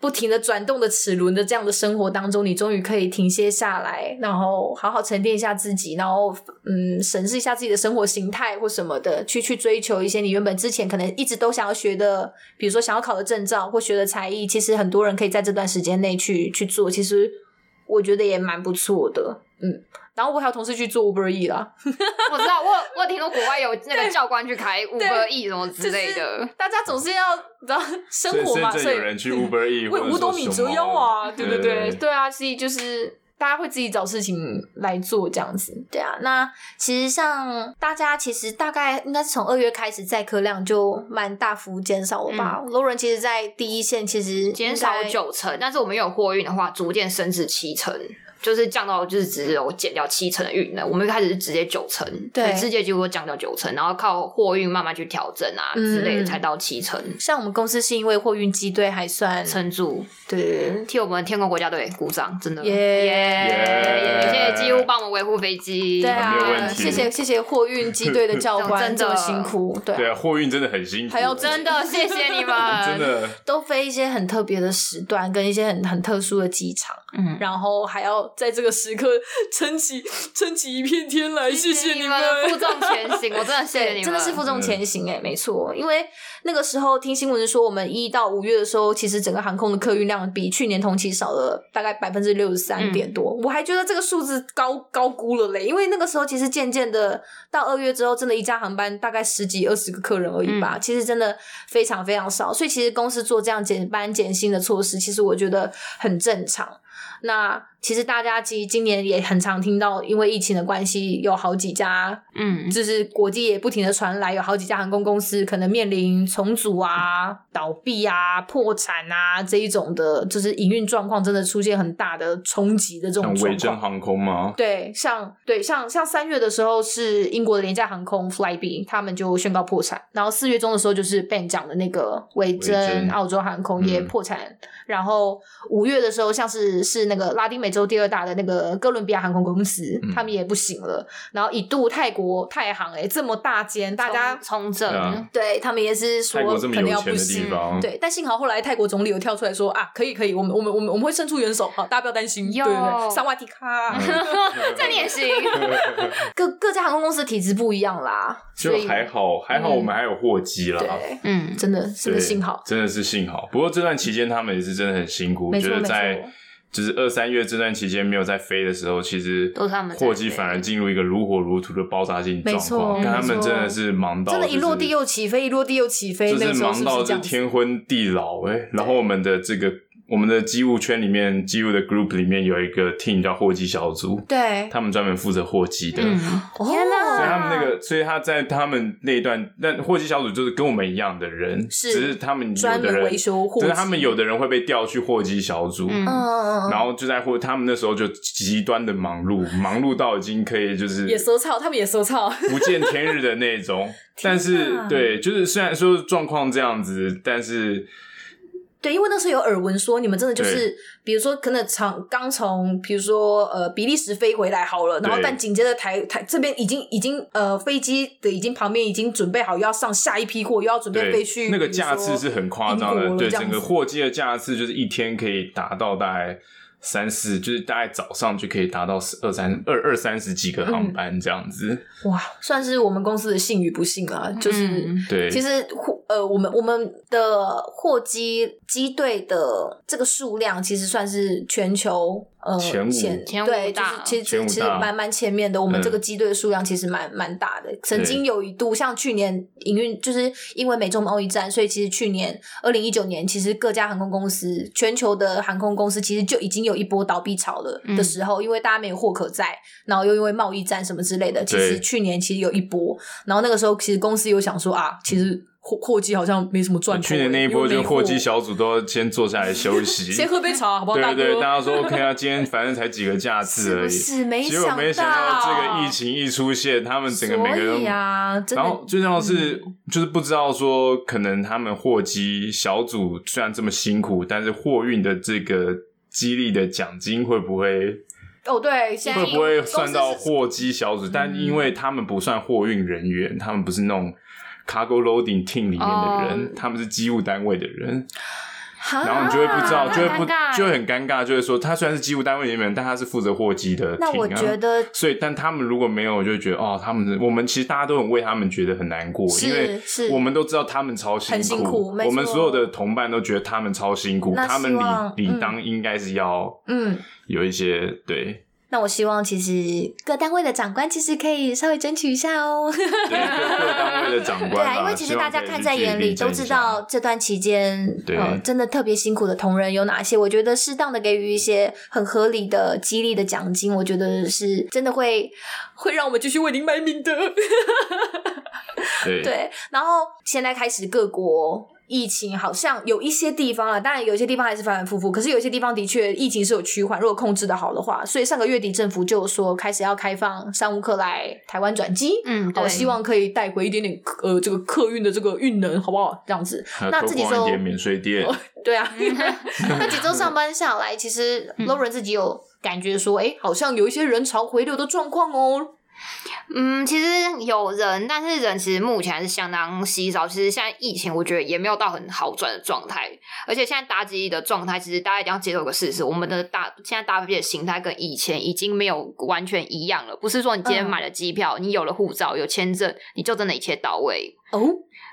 E: 不停的转动的齿轮的这样的生活当中，你终于可以停歇下来，然后好好沉淀一下自己，然后嗯审视一下自己的生活形态或什么的，去去追求一些你原本之前可能一直都想要学的，比如说想要考的证照或学的才艺，其实很多人可以在这段时间内去去做，其实我觉得也蛮不错的，嗯。然后我还有同事去做 Uber E 啦，
A: 我知道，我有我有听说国外有那 个教官去开五个亿什么之类的，
E: 大家总是要你知道
D: 所
E: 生
D: 以
E: 活嘛，
D: 甚
E: 所
D: 至
E: 以
D: 有人去 Uber E
E: 为五斗米折腰啊，对对对，
D: 对
E: 对啊，所以就是大家会自己找事情来做这样子。
B: 对啊，那
E: 其实像大家其实大概应该是从二月开始载客量就蛮大幅减少了吧。罗 n 其实，在第一线其实
A: 减少
E: 应该
A: 九成，但是我们有货运的话，逐渐升至七成。就是降到就是只有减掉七成的运能，我们一开始是直接九成，
E: 对
A: 全世界几乎都降掉九成，然后靠货运慢慢去调整啊之类
E: 嗯嗯
A: 的，才到七成
E: 像我们公司是因为货运机队还算
A: 撑住。
E: 对
A: 替我们天空国家队鼓掌，真的
E: 耶
A: 耶
D: 耶
A: 谢谢机务帮我们维护飞机，
E: 对
D: 没有
E: 啊，
D: 问题
E: 谢谢谢谢货运机队 的教官
A: 真的
E: 这么辛苦，对啊
D: 对啊，货运真的很辛苦，欸
E: 还要
A: 真的谢谢你
D: 真
A: 们，
D: 的
E: 都飞一些很特别的时段，跟一些很很特殊的机场，
A: 嗯，
E: 然后还要在这个时刻撑起撑起一片天来，谢
A: 谢
E: 你
A: 你们的负重前行，我真的谢谢你们，
E: 对，真的是负重前行哎、没错，因为那个时候听新闻说，我们一到五月的时候，其实整个航空的客运量比去年同期少了大概百分之六十三
A: 嗯
E: 点多，我还觉得这个数字高高估了嘞，因为那个时候其实渐渐的到二月之后，真的一架航班大概十几二十个客人而已
A: 嗯
E: 吧，其实真的非常非常少，所以其实公司做这样减班减薪的措施，其实我觉得很正常。那其实大家其实今年也很常听到，因为疫情的关系，有好几家
A: 嗯，
E: 就是国际也不停的传来，有好几家航空公司可能面临重组啊、倒闭啊、破产啊这一种的，就是营运状况真的出现很大的冲击的这种
D: 像维
E: 状
D: 珍
E: 况。
D: 航空吗？
E: 对，像对像像三月的时候是英国的廉价航空 Flybe，他们就宣告破产，然后四月中的时候就是 Ben 讲的那个维
D: 维
E: 珍
D: 珍
E: 澳洲航空也
D: 嗯
E: 破产，然后五月的时候像是是那个拉丁美洲第二大的那个哥伦比亚航空公司，
D: 嗯
E: 他们也不行了，然后一度泰国泰航哎、这么大间，大家
A: 从
D: 对
A: 政
D: 啊，
E: 对他们也是说
D: 泰国这
E: 可
D: 么
E: 能
D: 有
E: 要
D: 钱
E: 不
D: 的
E: 行
D: 地。方，
E: 对，但幸好后来泰国总理有跳出来说啊，可以可以，我们我们我们我们会伸出援手，好，大家不要担心，对
A: 哟
E: 对对，萨瓦迪卡，
D: 嗯
A: 在练 习，
E: 各各家航空公司体质不一样啦，所以嗯
D: 就还好，还好我们还有货机啦。
E: 对，
A: 嗯，
E: 真的真的
D: 对
E: 幸好，
D: 真的是幸好。不过这段期间他们也是真的很辛苦，
E: 没
D: 我
E: 错
D: 觉得
E: 没错
D: 在就是二三月这段期间没有在飞的时候，其实
A: 都是他们在飞
D: 货机反而进入一个如火如荼的爆炸性状
E: 没错
D: 况，看他
E: 没
D: 们
E: 错
D: 真的是忙到
E: 真的，
D: 就
E: 一落
D: 是
E: 地又起飞，一落地又起飞，
D: 就
E: 那
D: 是
E: 个时候是
D: 忙
E: 不是
D: 到
E: 这
D: 是
E: 样子？
D: 天昏地老哎、然后我们的这个我们的机务圈里面，机务的 group 里面有一个 team 叫货机小组，
E: 对，
D: 他们专门负责货机的。
A: 嗯，
E: 天
D: 所以他们那
E: 哪，
D: 个，所以他在他们那一段，那货机小组就是跟我们一样的人，
E: 是
D: 只是他们有
E: 专
D: 的
E: 门
D: 人
E: 维修货
D: 就
E: 机，
D: 是他们有的人会被调去货机小组，
A: 嗯
E: 嗯，嗯嗯
D: 然后就在货，他们那时候就极端的 忙碌，忙碌到已经可以就是
E: 也收操，他们也收操，
D: 不见天日的那种。但是对，就是虽然说状况这样子，但是
E: 对，因为那时候有耳闻说，你们真的就是
D: 对，
E: 比如说可能厂刚从，比如说呃比利时飞回来好了，然后
D: 对
E: 但紧接着台台这边已经已经呃飞机的已经旁边已经准备好要上下一批货，又要准备
D: 对
E: 飞去
D: 那个
E: 比如说
D: 架次是很夸张
E: 英国
D: 的，
E: 了
D: 对
E: 这样
D: 整个
E: 子
D: 货机的架次就是一天可以达到大概。三四就是大概早上就可以达到二三二二三十几个
E: 嗯
D: 航班这样子，
E: 哇，算是我们公司的幸与不幸啊，就是。
A: 嗯
D: 对，
E: 其实货呃，我们我们的货机机队的这个数量，其实算是全球呃
D: 前五
A: 前五
E: 对，就是
A: 大
E: 其
D: 前
E: 实
D: 五
E: 其实
D: 大
E: 蛮蛮前面的。我们
D: 嗯
E: 这个机队的数量其实蛮蛮大的。曾经有一度像去年营运，就是因为美中贸易战，所以其实去年二零一九年，其实各家航空公司全球的航空公司其实就已经有一波倒闭潮了的
A: 嗯
E: 时候，因为大家没有货可载，然后又因为贸易战什么之类的，其实
D: 对
E: 去年其实有一波，然后那个时候其实公司有想说啊，其实货货机好像没什么赚头欸。
D: 去年那一波
E: 因为
D: 就
E: 没
D: 货
E: 货
D: 机小组都先坐下 来休息，
E: 先喝杯茶好不好？
D: 对
E: 大
D: 对，
E: 哥，
D: 大家说 OK 啊，今天反正才几个假次
E: 是
D: 而
E: 不
D: 已，
E: 是？没
D: 结果
E: 想
D: 没想到这个疫
E: 情，
D: 情一出现，他们整个每个
E: 所
D: 人
E: 以啊，真的，嗯
D: 然后最重要是，就是不知道说，可能他们货机小组虽然这么辛苦，但是货运的这个激励的奖金会不会
E: 哦，对，现在
D: 会不会算到
E: 公司是嗯
D: 货机小组？但因为他们不算货运人员，他们不是那种 cargo loading team 里面的
E: 哦
D: 人，他们是机务单位的人，
E: 啊
D: 然后你就会不知道，
A: 那
D: 就会不
A: 很尴尬
E: 欸
D: 就会很尴尬，就会说他虽然是机务单位里面，但他是负责货机的 team 啊。
E: 那我觉得
D: 所以，但他们如果没有，就会觉得哦，他们的我们其实大家都很为他们觉得很难过，因为
E: 是
D: 我们都知道他们超辛
E: 很辛苦没错
D: 我们所有的同伴都觉得他们超辛苦，
E: 那
D: 他们
E: 希望
D: 理理
E: 嗯
D: 当应该是要
E: 嗯，
D: 有一些对
E: 那我希望其实各单位的长官其实可以稍微争取一下哦。
D: 对各各单位的长官
E: 对
D: 吧，
E: 啊，因为其实
D: 希
E: 大
D: 望
E: 家
D: 可以
E: 看
D: 去
E: 在
D: 尽
E: 眼
D: 力
E: 里，都
D: 争
E: 知
D: 取
E: 道这段期间
D: 对
E: 呃真的特别辛苦的同仁有哪些。我觉得适当的给予一些很合理的激励的奖金，我觉得是真的会 会让我们继续为您卖命的。
D: 对
E: 对， 然后现在开始各国。疫情好像有一些地方啊，当然有些地方还是反反复复，可是有些地方的确疫情是有趋缓，如果控制的好的话，所以上个月底政府就有说开始要开放商务客来台湾转机，
A: 嗯，
E: 好，
A: 对，
E: 希望可以带回一点点呃这个客运的这个运能，好不好？这样子，
D: 还有
E: 那
D: 多
E: 自己
D: 呃逛一
E: 说
D: 点免税店，
E: 对啊。那几周上班下来，其实
D: 嗯
E: Lauren 自己有感觉说，哎、好像有一些人潮回流的状况哦。
A: 嗯，其实有人，但是人其实目前还是相当稀少。其实现在疫情，我觉得也没有到很好转的状态，而且现在搭机的状态，其实大家一定要接受一个事实，我们的大现在搭飞机的形态跟以前已经没有完全一样了。不是说你今天
E: 嗯
A: 买了机票，你有了护照、有签证，你就真的一切到位。
E: 哦，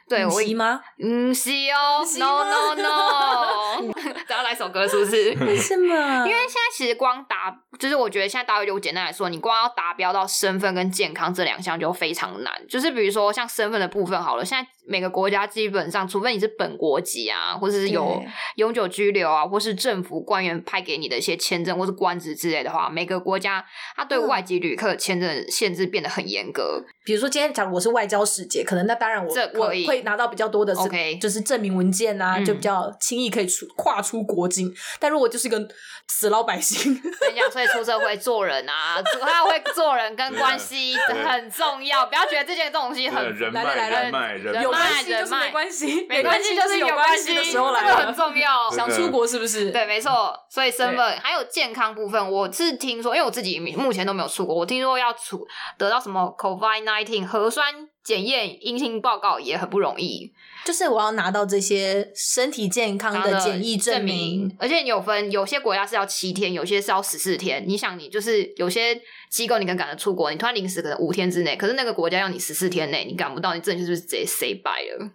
A: 对我已
E: 姨吗？
A: 嗯，是哦
E: 是
A: ，no
E: 吗
A: no no，只要来首歌是不是？
E: 为什么？
A: 因为现在其实光达，就是我觉得现在达标，我简单来说，你光要达标到身份跟健康这两项就非常难。就是比如说像身份的部分好了，现在每个国家基本上，除非你是本国籍啊，或者是有
E: 对
A: 永久居留啊，或是政府官员派给你的一些签证或是官职之类的话，每个国家它对外籍旅客的签证的限制变得很严格。
E: 比如说今天，假如我是外交使节，可能那当然我
A: 这
E: 我
A: 可以
E: 会拿到比较多的是
A: OK
E: 就是证明文件啊，
A: 嗯
E: 就比较轻易可以出跨出国境。但如果就是个死老百姓，
A: 跟你讲，所以出社会做人啊， 他会做人跟关系
D: 对啊
A: 很重要，不要觉得这件东西
D: 真的
A: 很
D: 人
E: 来来
D: 脉
E: 来
D: 人脉人
A: 人
E: 有
D: 脉
A: 脉
E: 关系就
A: 人
E: 是没
A: 脉
E: 关 系，
A: 没关系，就是
E: 是
A: 有
E: 关
A: 系
E: 的时候来
A: 这个
E: 了
A: 很。重要。
D: 真的
E: 想出国是不是？
A: 对，没错。所以身份还有健康部分，我是听说，因为我自己目前都没有出国，我听说要出得到什么 COVID nineteen 核酸检验阴性报告也很不容易，
E: 就是我要拿到这些身体健康
A: 然后
E: 的
A: 呢
E: 检疫证
A: 证
E: 明。，
A: 而且你有分，有些国家是要七天，有些是要十四天。你想，你就是有些机构你可能赶得出国，你突然临时可能五天之内，可是那个国家要你十四天内，你赶不到，你证就是直接 say bye 了。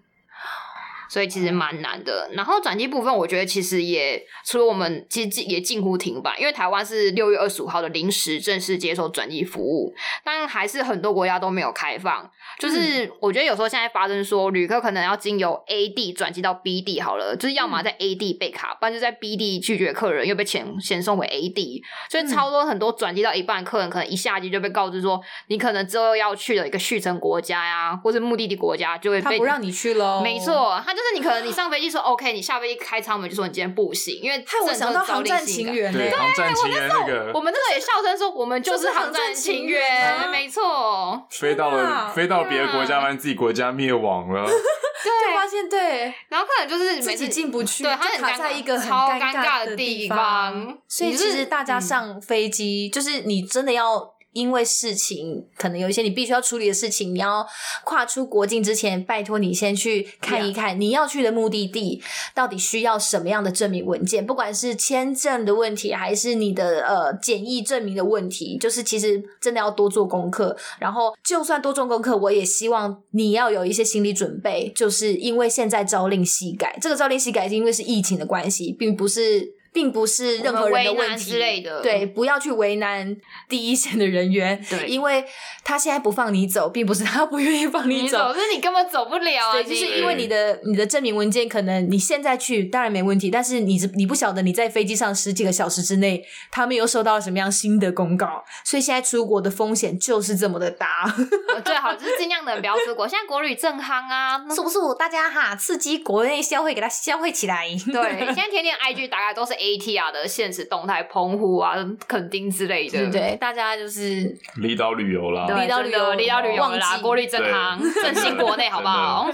A: 所以其实蛮难的。然后转机部分，我觉得其实也除了我们，其实也近乎停摆，因为台湾是六月二十五号的临时正式接受转机服务，但还是很多国家都没有开放。
E: 嗯
A: 就是我觉得有时候现在发生说，旅客可能要经由 A 地转机到 B 地好了，就是
E: 嗯
A: 要么在 A 地被卡，不然就在 B 地拒绝客人，又被遣遣送回 A 地，所以
E: 嗯
A: 超多很多转机到一半，客人可能一下机就被告知说，你可能之后要去的一个续程国家呀、或是目的地国家就会
E: 他
A: 被
E: 不让你哦去喽，
A: 没，错，他就是你可能你上飞机说 OK，你下飞机开舱门就说你今天不行，因为
E: 害我
A: 政策
E: 想到
A: 朝
E: 航
A: 令
E: 站
A: 夕
E: 情
A: 改。
E: 缘呢、欸
D: 对航站情缘那个
A: 我们那时候也笑声说，我们就
E: 就是
A: 是
E: 航
A: 航
E: 站
A: 站
E: 情
A: 情
E: 缘啊
A: 缘，没错，
D: 飞到了飞到别的国家，发现自己国家灭亡了，
E: 就发现对
A: 然后可能就是
E: 自
A: 每
E: 己
A: 次
E: 进不去，
A: 对
E: 就
A: 他很
E: 卡
A: 尴
E: 在
A: 尬
E: 一个很
A: 超尴
E: 尬
A: 尬的
E: 地
A: 地方
E: 所以
A: 你
E: 其
A: 就是
E: 实大家
A: 嗯
E: 上飞机，就是你真的要。因为事情，可能有一些你必须要处理的事情，你要跨出国境之前，拜托你先去看一看你要去的目的地到底需要什么样的证明文件，不管是签证的问题，还是你的呃检疫证明的问题，就是其实真的要多做功课。然后就算多做功课，我也希望你要有一些心理准备，就是因为现在朝令夕改，这个朝令夕改是因为是疫情的关系，并不是。并不是任何人的
A: 为
E: 问
A: 难
E: 题
A: 之类的，
E: 对，不要去为难第一线的人员，
A: 对
E: 因为他现在不放你走，并不是他不愿意放
A: 你
E: 走
A: 走，，是你根本走不了啊！
E: 对，就
A: 你
E: 是因为你的你的证明文件，可能你现在去当然没问题，但是你你不晓得你在飞机上十几个小时之内，他们又收到了什么样新的公告，所以现在出国的风险就是这么的 大。
A: 呃最好就是尽量能不要出国。现在国旅正夯啊，那
B: 不是我大家哈，刺激国内消费，给它消费起 来。
A: 对，现在天天 IG 大概都是 ATR 的现实动态，澎湖啊、垦丁之类的。
E: 对，大家就是
D: 离岛旅游啦，
A: 对，
E: 离岛旅游
A: 真的离岛旅游
E: 旺
A: 啦，
E: 季
A: 国旅正行，
D: 对
A: 振兴国内，好不好？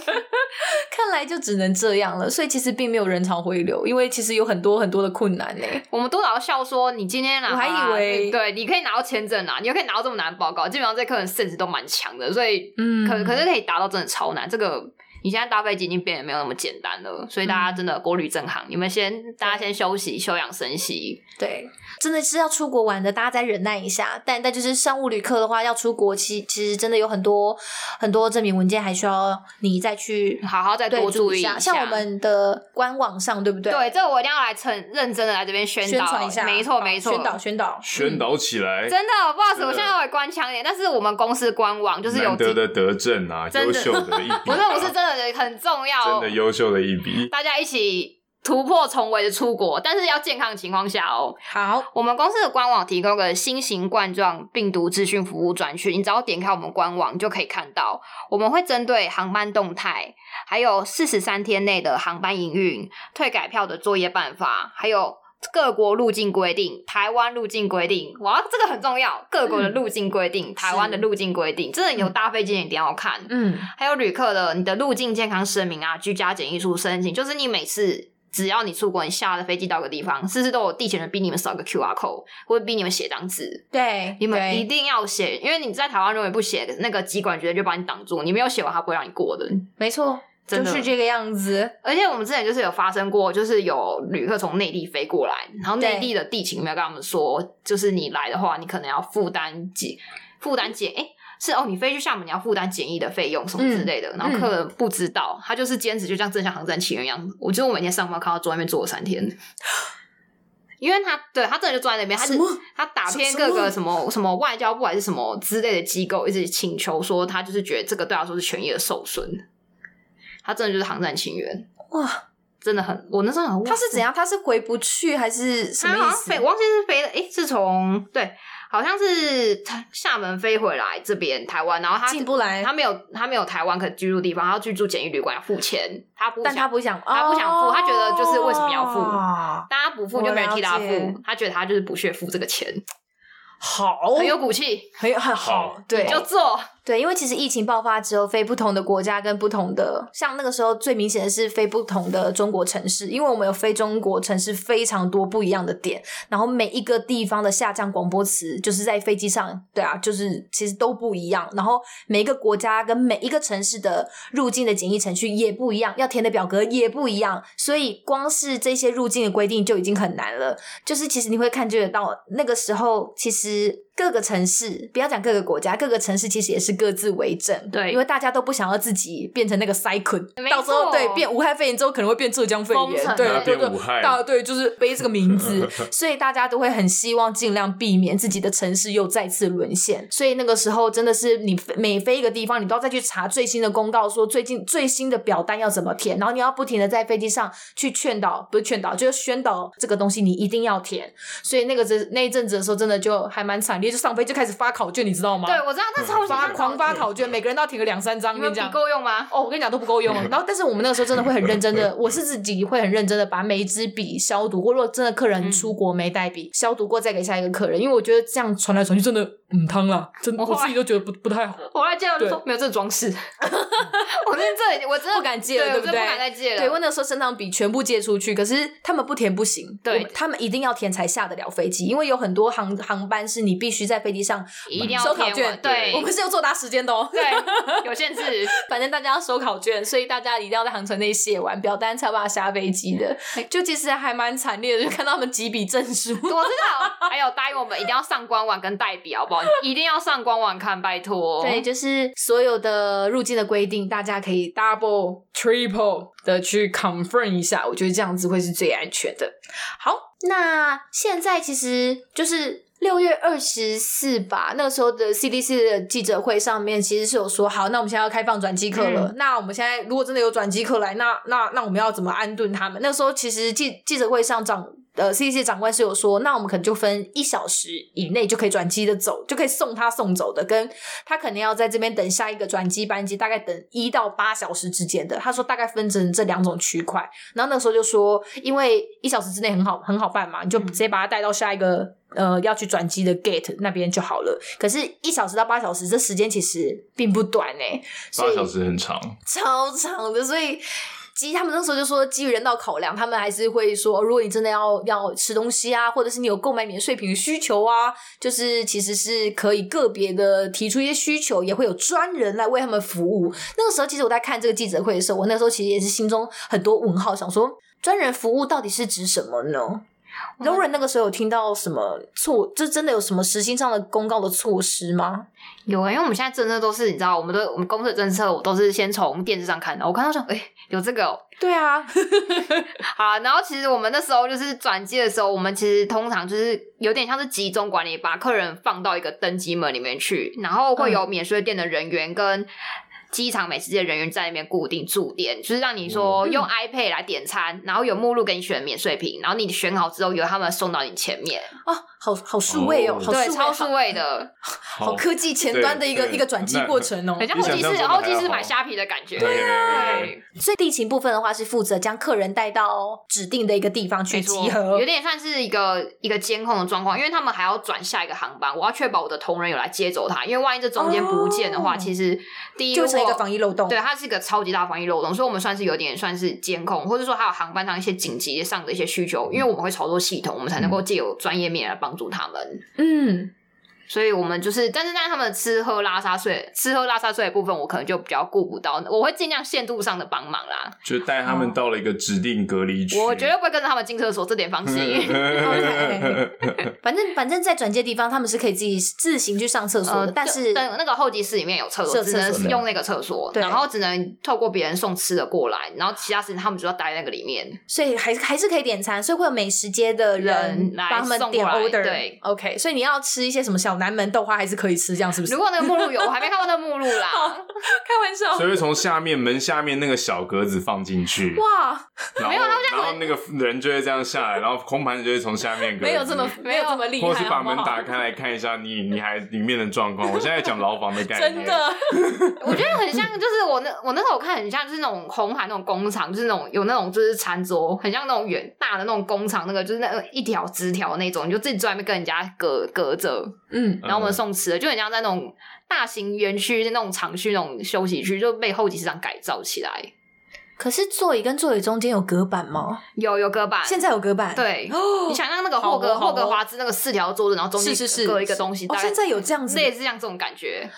E: 看来就只能这样了，所以其实并没有人潮回流，因为其实有很多很多的困难呢、
A: 我们多少笑说，你今天拿，啊
E: 我还以为
A: 对，你可以拿到签证啊，你又可以拿到这么难的报告，基本上这客人 sense 都蛮强的，所以
E: 嗯
A: 可可是可以达到真的超难。这个你现在搭飞机已经变得没有那么简单了，所以大家真的国旅正行，你们先大家先休息休养生息。
E: 对，
B: 真的是要出国玩的，大家再忍耐一下。但但就是商务旅客的话，要出国，其其实真的有很多很多证明文件，还需要你再去
A: 好 好再
B: 对
A: 多注
B: 意
A: 意
B: 一
A: 一
B: 下。
A: 下，
B: 像我们的官网上，对不对？
A: 对这个我一定要来趁认真的来这边宣
E: 宣
A: 导
E: 传一下，
A: 没错没错，
E: 宣导宣导。
D: 宣导起来，
A: 真的不好意思，
D: 真的
A: 我现在会官腔一欸点，但是我们公司官网就是有
D: 难得
A: 几
D: 的德政啊，
A: 真
D: 优
A: 的
D: 秀 的一笔啊，
A: 不是不是真的很重要哦，
D: 真的优秀的一笔，
A: 大家一起突破重围的出国，但是要健康的情况下哦。
E: 好，
A: 我们公司的官网提供个新型冠状病毒资讯服务专区，你只要点开我们官网就可以看到，我们会针对航班动态，还有四十三天内的航班营运、退改票的作业办法，还有。各国入境规定、台湾入境规定，哇，这个很重要。各国的入境规定、台湾的入境规定，真的有搭飞机一定要看。
E: 嗯，
A: 还有旅客的你的入境健康声明啊、居家检疫书申请，就是你每次只要你出国，你下了飞机到个地方，甚至都有地勤人逼你们扫个 QR code，或者逼你们写张纸，
E: 对，
A: 你们一
E: 对
A: 定要写，因为你在台湾如果你不写，那个机管局就把你挡住，你没有写完他不会让你过的。
E: 没错，
A: 真
E: 就
A: 的
E: 是这个样子。
A: 而且我们之前就是有发生过，就是有旅客从内地飞过来，然后内地的地勤没有跟他们说，就是你来的话，你可能要负担几负担检，哎、是哦，你飞去厦门你要负担检疫的费用什么之类的，然后客人不知道，他就是坚持就像正向航站起源一样，我就是我每天上班看到坐在那边坐了三天。因为他对他真的就坐在那边，他是
E: 什么
A: 他打遍各个什么什么外交部还是什么之类的机构，一直请求说他就是觉得这个对他说是权益的受损，他真的就是航站情缘，
E: 哇，
A: 真的很，我那时候很
E: 他是怎样？他是回不去还是什
A: 他嗯啊
E: 么
A: 好
E: 意
A: 像
E: 思
A: 飞，？我忘记是飞的，诶、是从对，好像是厦门飞回来这边台湾，然后他
E: 进不来
A: 他没有他没有台湾可居住地方，他要去住简易旅馆要付钱，他不
E: 但
A: 想
E: 他不想，
A: 他不想付
E: 哦
A: 他觉得就是为什么要付
E: 啊
A: 大家不付就没人替他
E: 我了解哦
A: 付，他觉得他就是不屑付这个钱，
E: 好，
A: 很有骨气，
E: 很有很好
D: 好，
E: 对
A: 就做。
E: 对，因为其实疫情爆发之后，飞不同的国家跟不同的，像那个时候最明显的是飞不同的中国城市，因为我们有飞中国城市非常多不一样的点，然后每一个地方的下降广播词就是在飞机上，对啊，就是其实都不一样，然后每一个国家跟每一个城市的入境的检疫程序也不一样，要填的表格也不一样，所以光是这些入境的规定就已经很难了。就是其实你会看觉得到那个时候，其实各个城市，不要讲各个国家，各个城市其实也是各自为政，
A: 对
E: 因为大家都不想要自己变成那个 cycle，
A: 没
E: 到时候
A: 错
E: 对变武汉肺炎之后可能会变浙江肺
A: 封
E: 炎，
A: 城
E: 对
A: 那，
E: 对
D: 变武汉
E: 对，大对就是背这个名字，所以大家都会很希望尽量避免自己的城市又再次沦陷，所以那个时候真的是你每飞一个地方，你都要再去查最新的公告，说最近最新的表单要怎么填，然后你要不停的在飞机上去劝导，不是劝导，就是宣导这个东西你一定要填，所以那个这那一阵子的时候，真的就还蛮惨烈，就上飞就开始发考卷，你知道吗？
A: 对，，我知道，那超
E: 发
A: 想
E: 狂发考卷，每个人都要填个两三张，
A: 你
E: 跟
A: 们
E: 你
A: 笔
E: 讲。
A: 够用 吗？
E: 哦，我跟你讲都不够用。然后，但是我们那个时候真的会很认真的，我是自己会很认真的把每一支笔消毒过。如果真的客人出国没带笔，消毒过再给下一个客人，因为我觉得这样传来传去真的嗯汤啦，真
A: 我
E: 我自己都觉得不不太好。
A: 我来见到就说
E: 对
A: 没有这装 饰，我真的这我真的
E: 不敢借了
A: 对
E: 对
A: 我
E: 不
A: 真的
E: 对
A: 不敢再借了。
E: 对，因为那时候升档笔全部借出去，可是他们不填不行，
A: 对
E: 我们他们一定要填才下得了飞机，因为有很多航航班是你必须在飞机上
A: 一定要
E: 收考
A: 填完
E: 卷，
A: 对
E: 我 们是有作答时间的哦。
A: 对有限制，
E: 反正大家要收考卷，所以大家一定要在航程内写完表单，才有办法下飞机的。就其实还蛮惨烈的，就看到他们几笔证书。
A: 我知道。还有答应我们一定要上官网跟代笔，好不好？一定要上官网看，拜托。
E: 对，就是所有的入境的规定，大家可以 double、triple 的去 confirm 一下，我觉得这样子会是最安全的。好，那现在其实就是。六月二十四吧，那个时候的 CDC 的记者会上面，其实是有说，好，那我们现在要开放转机客了。那我们现在如果真的有转机客来，那那那我们要怎么安顿他们？那时候其实记记者会上长呃 CDC 长官是有说，那我们可能就分一小时以内就可以转机的走，就可以送他送走的，跟他可能要在这边等下一个转机班机，大概等一到八小时之间的。他说大概分成这两种区块。然后那时候就说，因为一小时之内很好很好办嘛，你就直接把他带到下一个呃要去转机的 gate 那边就好了。可是，一小时到八小时这时间其实并不短哎、所
D: 八
E: 以
D: 小时很长，
E: 超长的，所以。基他们那时候就说，基于人道考量，他们还是会说，哦如果你真的要要吃东西啊，或者是你有购买免税品的需求啊，就是其实是可以个别的提出一些需求，也会有专人来为他们服务。那个时候，其实我在看这个记者会的时候，我那时候其实也是心中很多问号，想说专人服务到底是指什么呢？柔软那个时候有听到什么措，就真的有什么实行上的公告的措施吗？
A: 有啊、因为我们现在政策都是你知道，我们都我们公司的政策，我都是先从电视上看的。我看到说，哎、有这个、哦，
E: 对啊，
A: 好啊，然后其实我们那时候就是转机的时候，我们其实通常就是有点像是集中管理，把客人放到一个登机门里面去，然后会
E: 嗯
A: 有免税店的人员跟。机场美食界人员在那边固定驻点，就是让你
E: 哦
A: 说
E: 嗯
A: 用 iPad 来点餐，然后有目录给你选免税品，然后你选好之后由他们送到你前面，
E: 哦，好好数位哦，
D: 哦
E: 好
A: 对，
E: 数位
A: 超
E: 好，
A: 数位的，
E: 好
D: 好
E: 科技前端的一个
D: 对
E: 一个转机
D: 那
E: 过程哦。
A: 很像
D: 比
A: 后
D: 想
A: 期
D: 象
A: 是
D: 中的
A: 后
D: 还
A: 期是
D: 要
A: 买
D: 好
A: 虾皮的感觉，
D: 对
E: 啊
A: 对
E: 所以地勤部分的话是负责将客人带到指定的一个地方去
A: 没错
E: 集合
A: 有。点算是一个一个监控的状况，因为他们还要转下一个航班，我要确保我的同仁有来接走他，因为万一这中间不见的话，
E: 哦
A: 其实第一
E: 就成一个
A: 如果
E: 防疫漏洞
A: 对，它是一个超级大防疫漏洞，所以我们算是有点算是监控，或者说还有航班上一些紧急上的一些需求，因为我们会操作系统，我们才能够借由专业面来帮助他们。
E: 嗯，
A: 所以我们就是，但是但他们的吃喝拉撒睡，吃喝拉撒睡的部分，我可能就比较顾不到，我会尽量限度上的帮忙啦。
D: 就带他们到了一个指定隔离区。
A: 我绝对不会跟着他们进厕所，这点放
D: 嗯
A: 心。
E: 反正反正在转接地方，他们是可以自己自行去上厕所的，
A: 呃，
E: 但是
A: 但那个候机室里面有厕
E: 是
A: 所，
E: 有
A: 只
E: 厕所
A: 能
E: 的
A: 用那个厕所，
E: 对
A: 然后只能透过别人送吃的过来，然后其他时间他们就要待在那个里面。
E: 所以还还是可以点餐，所以会有美食街的人
A: 人来
E: 帮他们
A: 送
E: 点
A: 过来
E: order。
A: 对
E: ，OK，所以你要吃一些什么小南门豆花还是可以吃，这样是不是
A: 如？果那个目录有，我还没看过那个目录啦。
E: 开玩笑，
D: 所以会从下面门下面那个小格子放进去，
E: 哇，
D: 然后然后那个人就会这样下来，然后空盘就会从下面格子
E: 没有这么没有这么厉害，
D: 或是把
E: 好不
D: 门
E: 好
D: 打开来看一下你你还里面的状况。我现在讲牢房的概念，
E: 真的。
A: 我觉得很像，就是我那我那时候我看很像，就是那种红海那种工厂，就是那种有那种就是餐桌，很像那种远大的那种工厂，那个就是那个一条枝条那种，你就自己坐在那边跟人家隔隔着，
E: 嗯，
A: 然后我们送吃的，就很像在那种大型园区、那种厂区、那种休息区，就被候机室长改造起来，
E: 可是座椅跟座椅中间有隔板吗？
A: 有有隔板，
E: 现在有隔板，
A: 对
E: 哦
A: 你想象那个
E: 好
A: 霍格
E: 哦好哦
A: 霍格华兹那个四条桌子，然后中间
E: 是是是
A: 各一个东西，
E: 哦，
A: 大概
E: 现在有这样子
A: 类似像这种感觉，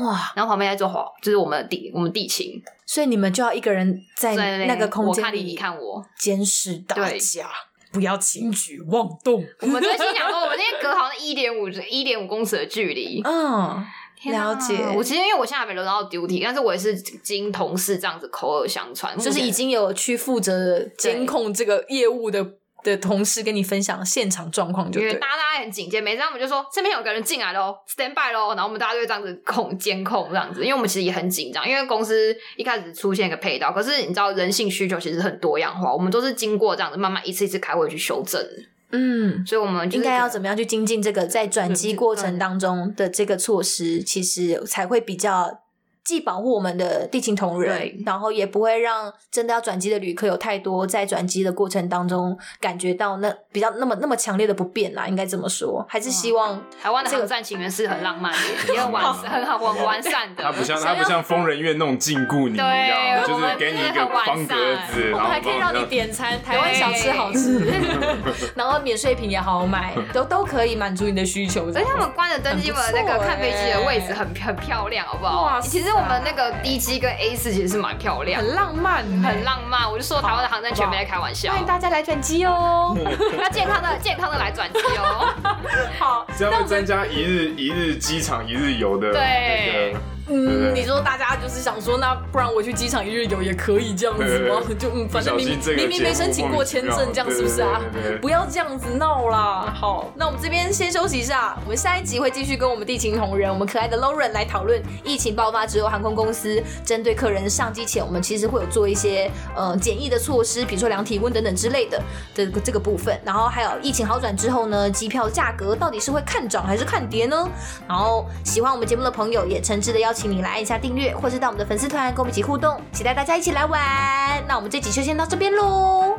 E: 哇，
A: 然后旁边在做华，就是我们的地我们地勤
E: 所以你们就要一个人在
A: 在
E: 哎那个空
A: 我
E: 间
A: 看你，你
E: 里
A: 看我，
E: 监视大
A: 对
E: 家，不要轻举妄动。
A: 我们在心想说，我们那天隔好像一点五一点五公尺的距离，
E: 嗯，
A: 天啊
E: 了解
A: 我其实因为我现在还没轮到 duty，但是我也是经同事这样子口耳相传，
E: 就是
A: 目前
E: 已经有去负责监控这个业务的的同事跟你分享现场状况就
A: 因为
E: 对
A: 大。家大家很警戒，每次他们就说这边有个人进来喽，stand by 喽，然后我们大家就会这样子控监控这样子，因为我们其实也很紧张，因为公司一开始出现一个配套，可是你知道人性需求其实很多样化，我们都是经过这样子慢慢一次一次开会去修正，
E: 嗯，
A: 所以我们就是
E: 应该要
A: 可能
E: 怎么样去精进这个在转机过程当中的这个措施，其实才会比较。既保护我们的地勤同仁
A: 对，
E: 然后也不会让真的要转机的旅客有太多在转机的过程当中感觉到那比较那么那么强烈的不便啦，应该这么说，还是希 望
A: 台湾的
E: 这个
A: 航站情缘是很浪漫 的，也很完很好很完善的。
D: 它不像它不像疯人院那种禁锢你一样，
A: 对
D: 就
A: 我
D: 是
A: 们
D: 给你一
A: 真的
D: 个
A: 很完
D: 方格
A: 善
D: 子，
E: 我
D: 然
E: 们
D: 后
E: 还可以让你点餐，台湾小吃好吃，然后免税品也好买，都都可以满足你的需求。
A: 而且他们关的登机门那
E: 很
A: 个
E: 不错欸
A: 看飞机的位置很很漂亮，好不好？
E: 哇
A: 其实我们那个 D 七跟 A 四其实是蛮漂亮的，
F: 很浪漫，
A: 很。浪漫。我就说台湾的航站全没在开玩笑
F: 欢，迎大家来转机哦！
A: 要健康的健康的来转机哦。
F: 好，
D: 这样会增加一日一日机场一日游的那
A: 对
D: 个。对
B: 嗯，你说大家就是想说，那不然我去机场一日游也可以这样子吗
D: 对？
B: 就嗯，
D: 不
B: 反正
D: 小
B: 明
D: 心
B: 明
D: 这个
B: 明明
D: 节
B: 没
D: 目
B: 申请
D: 莫
B: 过
D: 名
B: 签
D: 其妙
B: 证，这样
D: 对
B: 是不是啊
D: 对对对对？
B: 不要这样子闹啦！好，那我们这边先休息一下，我们下一集会继续跟我们地勤同仁，我们可爱的 Lauren 来讨论
E: 疫情爆发之后，航空公司针对客人上机前，我们其实会有做一些呃简易的措施，比如说量体温等等之类的这个这个部分。然后还有疫情好转之后呢，机票价格到底是会看涨还是看跌呢？然后喜欢我们节目的朋友，也诚挚的邀请你来按一下订阅，或是到我们的粉丝团跟我们一起互动，期待大家一起来玩。那我们这集就先到这边喽，